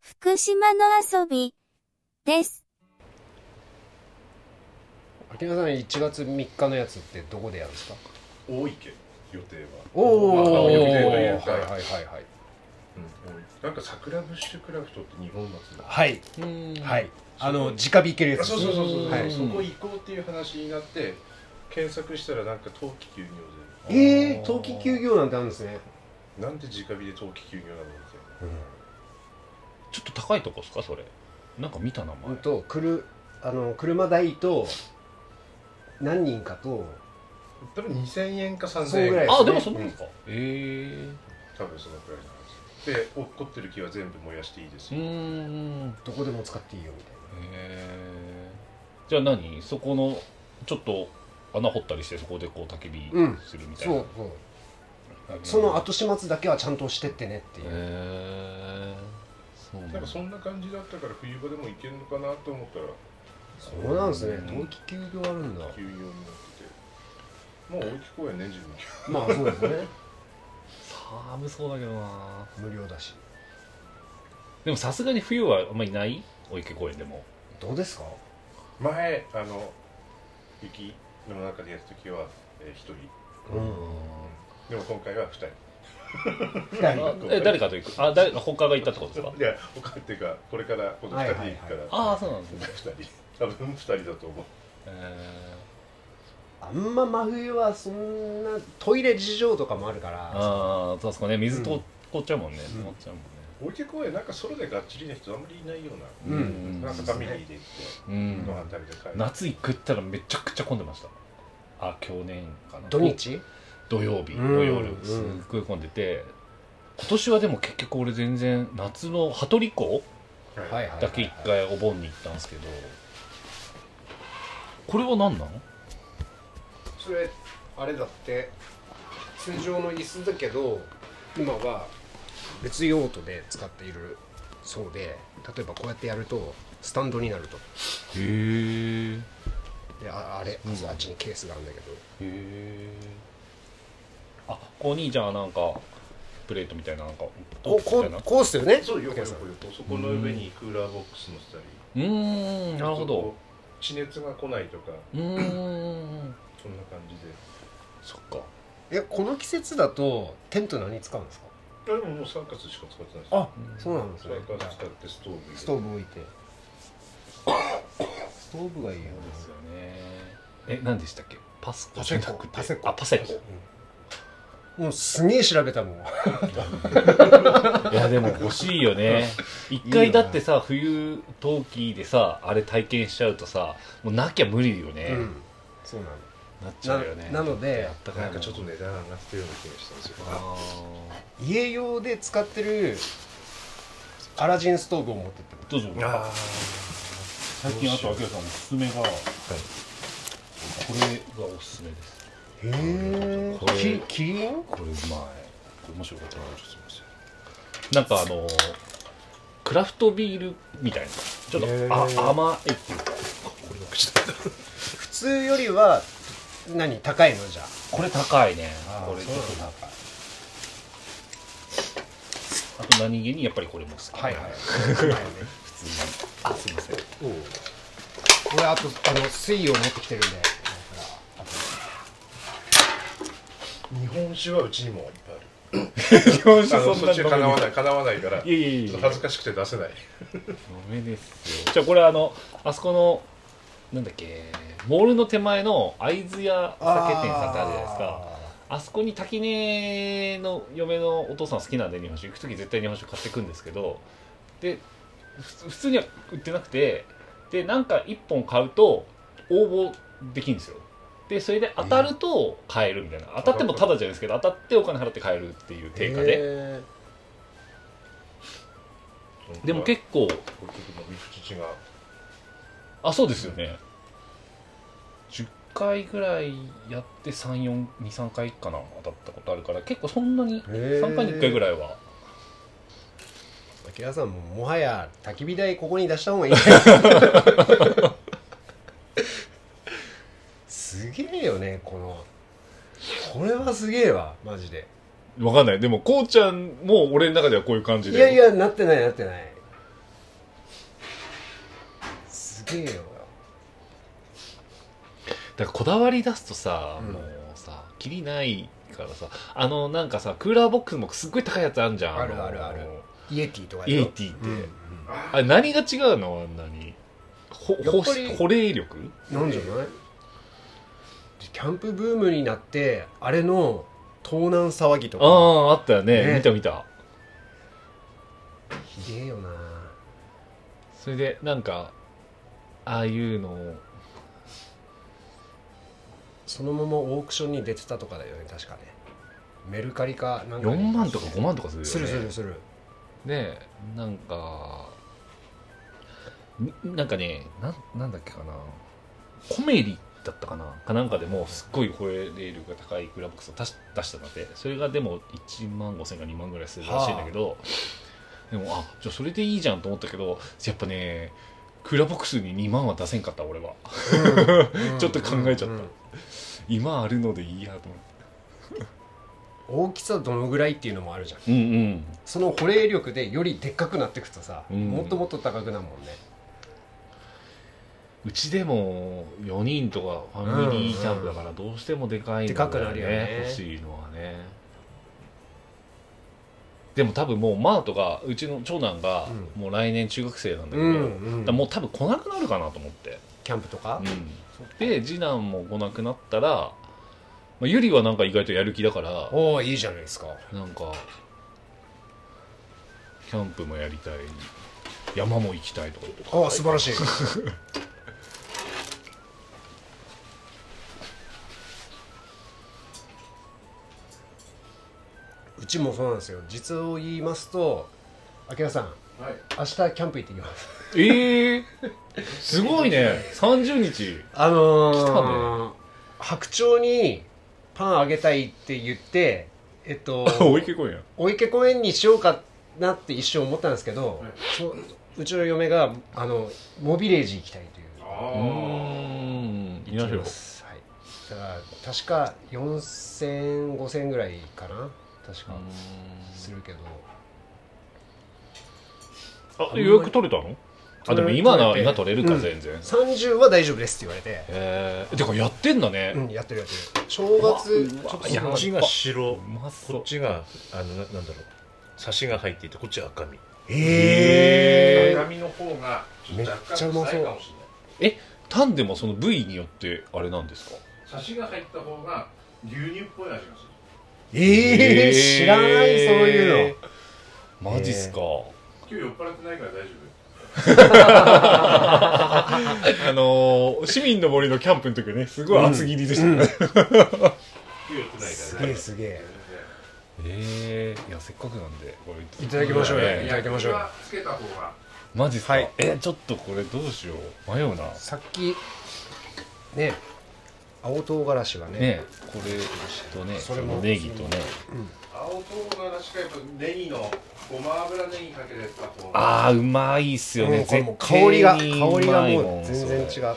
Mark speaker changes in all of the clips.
Speaker 1: 福島の遊びです。
Speaker 2: 秋山さん1月3日のやつってどこでやるんですか
Speaker 3: 大池予定は
Speaker 2: お
Speaker 3: ー
Speaker 2: はいはい
Speaker 3: は
Speaker 2: はいい
Speaker 3: は
Speaker 2: はい
Speaker 3: なんか桜ブッシュクラフトって日本初の
Speaker 4: はい、
Speaker 2: うん
Speaker 4: はい、あの直火いけるや
Speaker 3: あ
Speaker 4: つ
Speaker 3: そうそうそうそうそう、
Speaker 4: はい
Speaker 3: そこ行こうっていう話になって検索したらなんか冬季休業
Speaker 2: ええー、冬季休業なんてあるんですね
Speaker 3: でなんで直火で冬季休業なのみたいな
Speaker 5: ちょっと高いとこですかそれなんか見た名
Speaker 2: ほ
Speaker 5: 前
Speaker 2: んとくるあの車代と何人かと
Speaker 3: 多分2000円か
Speaker 2: そう
Speaker 3: 3000
Speaker 2: ぐら
Speaker 3: 円
Speaker 2: い
Speaker 3: か
Speaker 5: あでもそんなもんか、え
Speaker 3: 多分そのくらいの話で落っこってる木は全部燃やしていいです
Speaker 5: えー、う
Speaker 3: よ、
Speaker 5: ーん
Speaker 2: どこでも使っていいよみたいな
Speaker 5: えー、じゃあ何そこのちょっと穴掘ったりしてそこでこう焚き火
Speaker 2: うん
Speaker 5: するみたいな、
Speaker 2: そうそうその後始末だけはちゃんとしてってねって
Speaker 5: へ
Speaker 2: いう、
Speaker 5: えー、そう
Speaker 3: なんかそんな感じだったから冬場でも行けるのかなと思ったら
Speaker 2: そうなんですね
Speaker 5: うん
Speaker 2: 冬季休業あるんだ
Speaker 3: 休業になっててもう大池公園年中無休
Speaker 2: まあそうですね
Speaker 5: 寒そうだけどな
Speaker 2: 無料だし
Speaker 5: でもさすがに冬はあんまりないお池公園でも
Speaker 2: どうですか
Speaker 3: 前あの雪の中でやった時は、えー、1人
Speaker 2: うん
Speaker 3: でも今回は2人
Speaker 2: 二人
Speaker 5: え誰かと行くあ誰他が行ったってことですか
Speaker 3: いや他っていうかこれからこの2人で行くから、
Speaker 5: ああそうなんですね、
Speaker 3: 2人多分2人だと思う
Speaker 5: え
Speaker 2: あんま真冬はそんなトイレ事情とかもあるから
Speaker 5: ー、ああそうですかね水通っちゃうもんね、
Speaker 2: うん
Speaker 5: 止まっちゃうもんね
Speaker 3: 大池公園なんかソロでがっちりな人あんまりいないよう
Speaker 2: うん
Speaker 5: うん
Speaker 3: ななんかファミリーで行
Speaker 5: う
Speaker 3: って
Speaker 5: ん
Speaker 3: ご飯食べて帰る
Speaker 5: 夏一回行ったらめちゃくちゃ混んでましたあ去年かな
Speaker 2: 土日
Speaker 5: 土曜日
Speaker 2: うん
Speaker 5: の夜
Speaker 2: うん
Speaker 5: すっごい混んでて今年はでも結局俺全然夏の羽鳥港
Speaker 3: はい
Speaker 2: はいはいはい
Speaker 5: だけ一回お盆に行ったんですけどこれは何なの
Speaker 2: それあれだって通常の椅子だけど今は別用途で使っているそうで例えばこうやってやるとスタンドになると
Speaker 5: へえ
Speaker 2: でああれ、
Speaker 5: うん
Speaker 2: あっちにケースがあるんだけど
Speaker 5: へえあここにじゃあなんかプレートみたいななんか
Speaker 2: こうこ
Speaker 5: みたいうな
Speaker 2: こうっすよね
Speaker 3: そうよ横
Speaker 2: ケース
Speaker 3: 横横そこの上にクーラーボックス乗せたり
Speaker 5: うーんなるほど
Speaker 3: 地熱が来ないとか
Speaker 5: うーん
Speaker 3: そんな感じで
Speaker 5: そっか
Speaker 2: えこの季節だとテント何使うんですか
Speaker 3: あでももう3月しか使ってないです
Speaker 2: あそうなんですね
Speaker 3: 3月使ってストーブ入れて
Speaker 2: ストーブ置いてストーブがいいよね
Speaker 5: そうですよねえ何でしたっけパスコ
Speaker 2: パセコ
Speaker 5: じゃなくて
Speaker 2: パセコ
Speaker 5: あパセコ
Speaker 2: もうすげえ調べたもん
Speaker 5: いやでも欲しいよね一回だってさ冬冬季でさあれ体験しちゃうとさもうなきゃ無理よね、
Speaker 2: うんそうなの
Speaker 5: なっちゃうよね
Speaker 2: ななので
Speaker 5: あったかい
Speaker 3: な
Speaker 5: も
Speaker 3: んかちょっと値段上がってるような気がしたんですよ
Speaker 5: あ
Speaker 2: 家用で使ってるアラジンストーブを持ってって
Speaker 5: ーどうぞ
Speaker 3: あ
Speaker 5: 最近あと秋田さんおすすめが、これがおすすめです
Speaker 2: へえ
Speaker 5: これ
Speaker 2: キリン
Speaker 5: これうまいこれもしよかったらちょっとすいませんなんかあのークラフトビールみたいなちょっとあ甘いっていうかこれの口だ
Speaker 2: 普通よりは何高いのじゃ
Speaker 5: これ高いねこれちょっと高いあと何気にやっぱりこれも好き普通にあすいません
Speaker 2: 俺あとあの水を持ってきてるんで
Speaker 3: ー日本酒はうちにもいっぱいある
Speaker 5: 日
Speaker 3: あ
Speaker 5: 本
Speaker 3: のそっちはかなわないかなわないから
Speaker 5: いやいやいや
Speaker 3: ち
Speaker 5: い
Speaker 3: ょっ
Speaker 5: や
Speaker 3: と恥ずかしくて出せない
Speaker 5: ダメですよじゃあこれあのあそこのなんだっけモールの手前の会津屋酒店さんってあるじゃないですかあそこに滝根の嫁のお父さん好きなんで日本酒行く時絶対日本酒買ってくんですけどでふつ普通には売ってなくてでなんか1本買うと応募できるんですよでそれで当たると買えるみたいな当たってもただじゃないですけど当たってお金払って買えるっていう定価で
Speaker 2: で
Speaker 5: でも結
Speaker 3: 構
Speaker 5: 構
Speaker 3: 結局飲み口が
Speaker 5: あそうですよね10回ぐらいやって3423回かな当たったことあるから結構そんなに3回に1回ぐ
Speaker 2: らい
Speaker 5: らいは
Speaker 2: 秋葉さんももはや焚き火台ここに出した方がいいすげえよねこのこれはすげえわマジで
Speaker 5: わかんないでもこうちゃんも俺の中ではこういう感じ
Speaker 2: い
Speaker 5: で
Speaker 2: やいやなってないなってないげえよ
Speaker 5: だからこだわり出すとさ、
Speaker 2: うん
Speaker 5: もうさキリないからさあのなんかさクーラーボックスもすっごい高いやつあるじゃん
Speaker 2: あるあるあるイエティとか
Speaker 5: エイ
Speaker 2: よ
Speaker 5: ティって、
Speaker 2: うん
Speaker 5: あれ何が違うのあんなにほ
Speaker 2: やっ
Speaker 5: 保
Speaker 2: ぱり
Speaker 5: 保冷力
Speaker 2: なんじゃないキャンプブームになってあれの盗難騒ぎと
Speaker 5: あ
Speaker 2: か
Speaker 5: ああったよね
Speaker 2: ね
Speaker 5: 見た見た
Speaker 2: ひでえよな
Speaker 5: それでなんかああいうのを
Speaker 2: そのままオークションに出てたとかだよね確かねメルカリかなんかに
Speaker 5: 4万とか5万とかするよね
Speaker 2: するするする
Speaker 5: でなんかみなんかねなんなんだっけかなコメリだったかなかなんかでもすっごい保冷力が高いクーラーボックスを出し出したんだってそれがでも1万5000か2万ぐらいするらしいんだけど、でもあじゃあそれでいいじゃんと思ったけどやっぱねクーラーボックスに2万は出せんかった俺はちょっと考えちゃった
Speaker 2: うんうん
Speaker 5: 今あるのでいいやと思って
Speaker 2: 大きさどのぐらいっていうのもあるじゃん
Speaker 5: うんうん
Speaker 2: その保冷力でよりでっかくなってくとさ、
Speaker 5: うん
Speaker 2: もっともっと高くなるもんね
Speaker 5: うちでも4人とかファミリーキャンプだからどうしてもでかいのが
Speaker 2: でかくなるよね
Speaker 5: 欲しいのはねでも多分もうマートがうちの長男が
Speaker 2: う
Speaker 5: もう来年中学生なんだけど、
Speaker 2: うんうん
Speaker 5: だからもう多分来なくなるかなと思って、
Speaker 2: キャンプとか、
Speaker 5: で次男も来なくなったら、まあ、ゆりはなんか意外とやる気だから
Speaker 2: おおいいじゃないですか
Speaker 5: なんかキャンプもやりたい山も行きたいとか言って
Speaker 2: ああ素晴らしい うちもそうなんですよ実を言いますと明さん
Speaker 3: はい
Speaker 2: 明日キャンプ行ってきます
Speaker 5: ええすごいね30日
Speaker 2: あの
Speaker 5: 来
Speaker 2: ー
Speaker 5: た
Speaker 2: 白鳥にパンあげたいって言ってえっと
Speaker 5: お池公園
Speaker 2: お池公園にしようかなって一瞬思ったんですけど、
Speaker 3: はい
Speaker 2: そううちの嫁があのモビレージ行きたいという
Speaker 3: ああ
Speaker 5: うんい
Speaker 2: 行
Speaker 5: な
Speaker 2: き
Speaker 5: しょ
Speaker 2: ますはいだから確か40005000ぐらいかな確かするけど
Speaker 5: あ予約取れたのあでも今な
Speaker 2: 取れて
Speaker 5: 今取れるか
Speaker 2: うん
Speaker 5: 全然、へ
Speaker 2: 30は大丈夫ですって言われて
Speaker 5: えてかやってんだね、
Speaker 2: うんやってるやってる正月
Speaker 5: うわ
Speaker 2: ちょっと
Speaker 5: いや
Speaker 3: こっちが白
Speaker 5: うまそ
Speaker 3: こ
Speaker 5: う
Speaker 3: っちがあのななんだろう差しが入っていてこっちは赤身
Speaker 2: え
Speaker 3: 赤身の方がちょっと若
Speaker 2: めっちゃ
Speaker 3: 干
Speaker 2: うまそう
Speaker 3: 臭いかもしれない
Speaker 5: タンでもその部位によってあれなんですか
Speaker 3: 差しが入った方が牛乳っぽい味がする
Speaker 2: ええー知らないそういうの
Speaker 5: のマジっすか、
Speaker 3: 今日酔っ払ってないから大丈
Speaker 5: あのー、市民の森のキャンプの時はねすごい厚切りでしたね、
Speaker 3: 夫今日酔ってない
Speaker 2: す
Speaker 3: から
Speaker 2: げえ
Speaker 3: ね
Speaker 2: すげえ
Speaker 5: ええいやせっかくなんでこれ
Speaker 2: いただきましょうよ
Speaker 5: ね
Speaker 2: いただきましょう
Speaker 3: 焼きはつけた方が
Speaker 5: マジっすか、
Speaker 2: はい
Speaker 5: えちょっとこれどうしよう迷うな
Speaker 2: さっきね青唐辛子がね
Speaker 5: ねこれとね
Speaker 2: そ
Speaker 5: そ
Speaker 2: れも
Speaker 5: のネギとね
Speaker 3: 青唐辛子かやっぱネギのごま油ネギかけてた方が
Speaker 5: ああうまいっすよね
Speaker 2: もうこれもう香りが香りがもう全然違
Speaker 5: う
Speaker 2: う
Speaker 5: ちょっ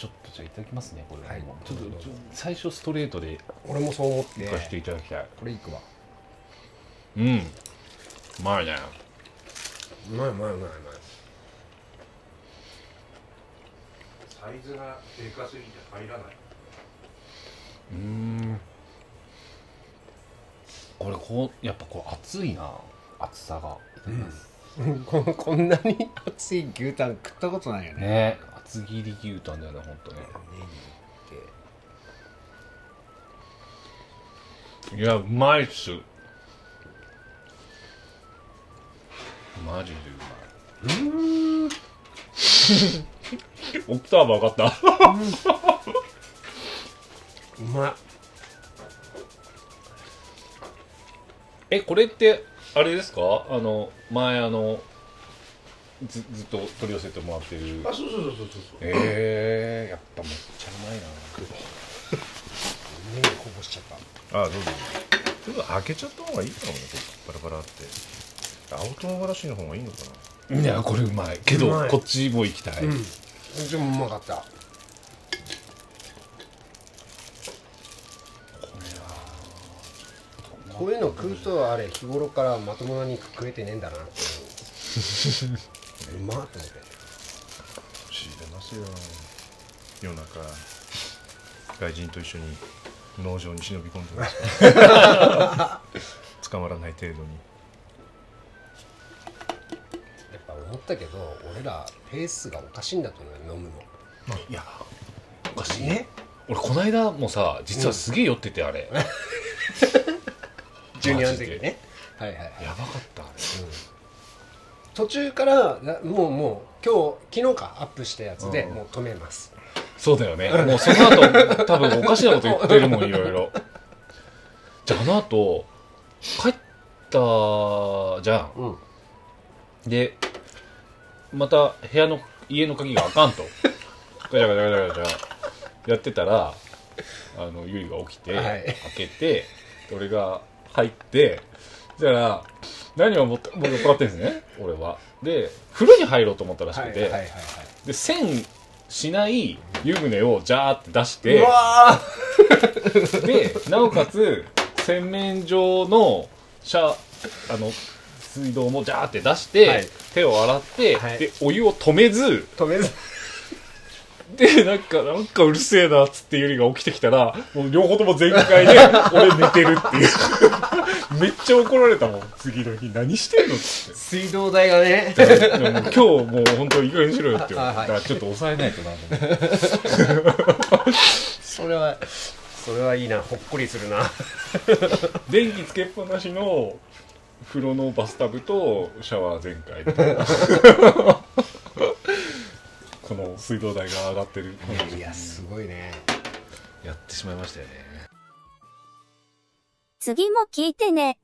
Speaker 5: とじゃあいただきますねこれ、
Speaker 2: はい
Speaker 5: ちょっとちょっと最初ストレートで
Speaker 2: 俺もそう思って
Speaker 5: いかしていただきたい、
Speaker 2: これいくわ
Speaker 5: うんうまいね
Speaker 2: うまいうまいうまいうまい
Speaker 3: サイズがでかすぎて入らない
Speaker 5: うんこれこうやっぱこう熱いな熱さが
Speaker 2: うんこ こんなに熱い牛タン食ったことないよね
Speaker 5: ね厚切り牛タンだよねほんとねいやうまいっすマジでうまいうんオクターブ上がった
Speaker 2: うま
Speaker 5: えこれってあれですかあの前あのずずっと取り寄せてもらってる
Speaker 3: あそうそうそうそうそう
Speaker 5: えー、やっぱめっちゃうまい
Speaker 2: いネギこぼしちゃった
Speaker 3: あどうぞちょっと開けちゃった方がいいかもねこうバラバラって青唐辛子の方がいいのかな
Speaker 5: ないやこれうまいけ
Speaker 2: う
Speaker 5: ど
Speaker 2: まい
Speaker 5: こっちも行きたい、
Speaker 2: うんでもうまかったこういうの食うとあれ日頃からまともな肉食えてねえんだなって思ううまっと思って
Speaker 3: 不してますよ夜中外人と一緒に農場に忍び込んでます 捕まらない程度に
Speaker 2: やっぱ思ったけど俺らペースがおかしいんだと思うよ飲むの
Speaker 3: いや
Speaker 5: おかしい
Speaker 2: ね
Speaker 5: 俺この間もさ実はすげえ酔っててあれ、や
Speaker 2: 12安的にねはいはいはい
Speaker 5: ばかったあれ
Speaker 2: 途中からなもうもう今日昨日かアップしたやつで
Speaker 3: うん
Speaker 2: もう止めます、
Speaker 5: そうだよねもうその後多分おかしなこと言ってるもんいろいろじゃああの後帰ったじゃん
Speaker 2: うん、
Speaker 5: でまた部屋の家の鍵があかんとガチャガチャガチャガチャやってたらあのゆりが起きて、
Speaker 2: はい
Speaker 5: 開けて俺が入ってそしたら何を持って僕酔っ払ってるんですね俺はで風呂に入ろうと思ったらし
Speaker 2: はい
Speaker 5: く
Speaker 2: は
Speaker 5: て、
Speaker 2: いはいはい
Speaker 5: で栓しない湯船をジャーって出し
Speaker 2: う
Speaker 5: て
Speaker 2: わ
Speaker 5: でなおかつ洗面所のシャあの水道もジャーって出して、
Speaker 2: はい
Speaker 5: 手を洗って、
Speaker 2: はい
Speaker 5: でお湯を止めず
Speaker 2: ー止めず
Speaker 5: でなんかなんかうるせえなっつってゆりが起きてきたらもう両方とも全開で俺寝てるっていう めっちゃ怒られたもん次の日何してんのっつ って。
Speaker 2: 水道代がね
Speaker 5: だからでも今日もう本当いい加減にしろよって言われて、
Speaker 2: はい
Speaker 5: だからちょっと抑えないとなと思って
Speaker 2: それはそれはいいなほっこりするな
Speaker 5: 電気つけっぱなしの風呂のバスタブとシャワー全開みたいなこの水道代が上がってる
Speaker 2: いやすごいね
Speaker 5: やってしまいましたよね
Speaker 1: 次も聞いてね。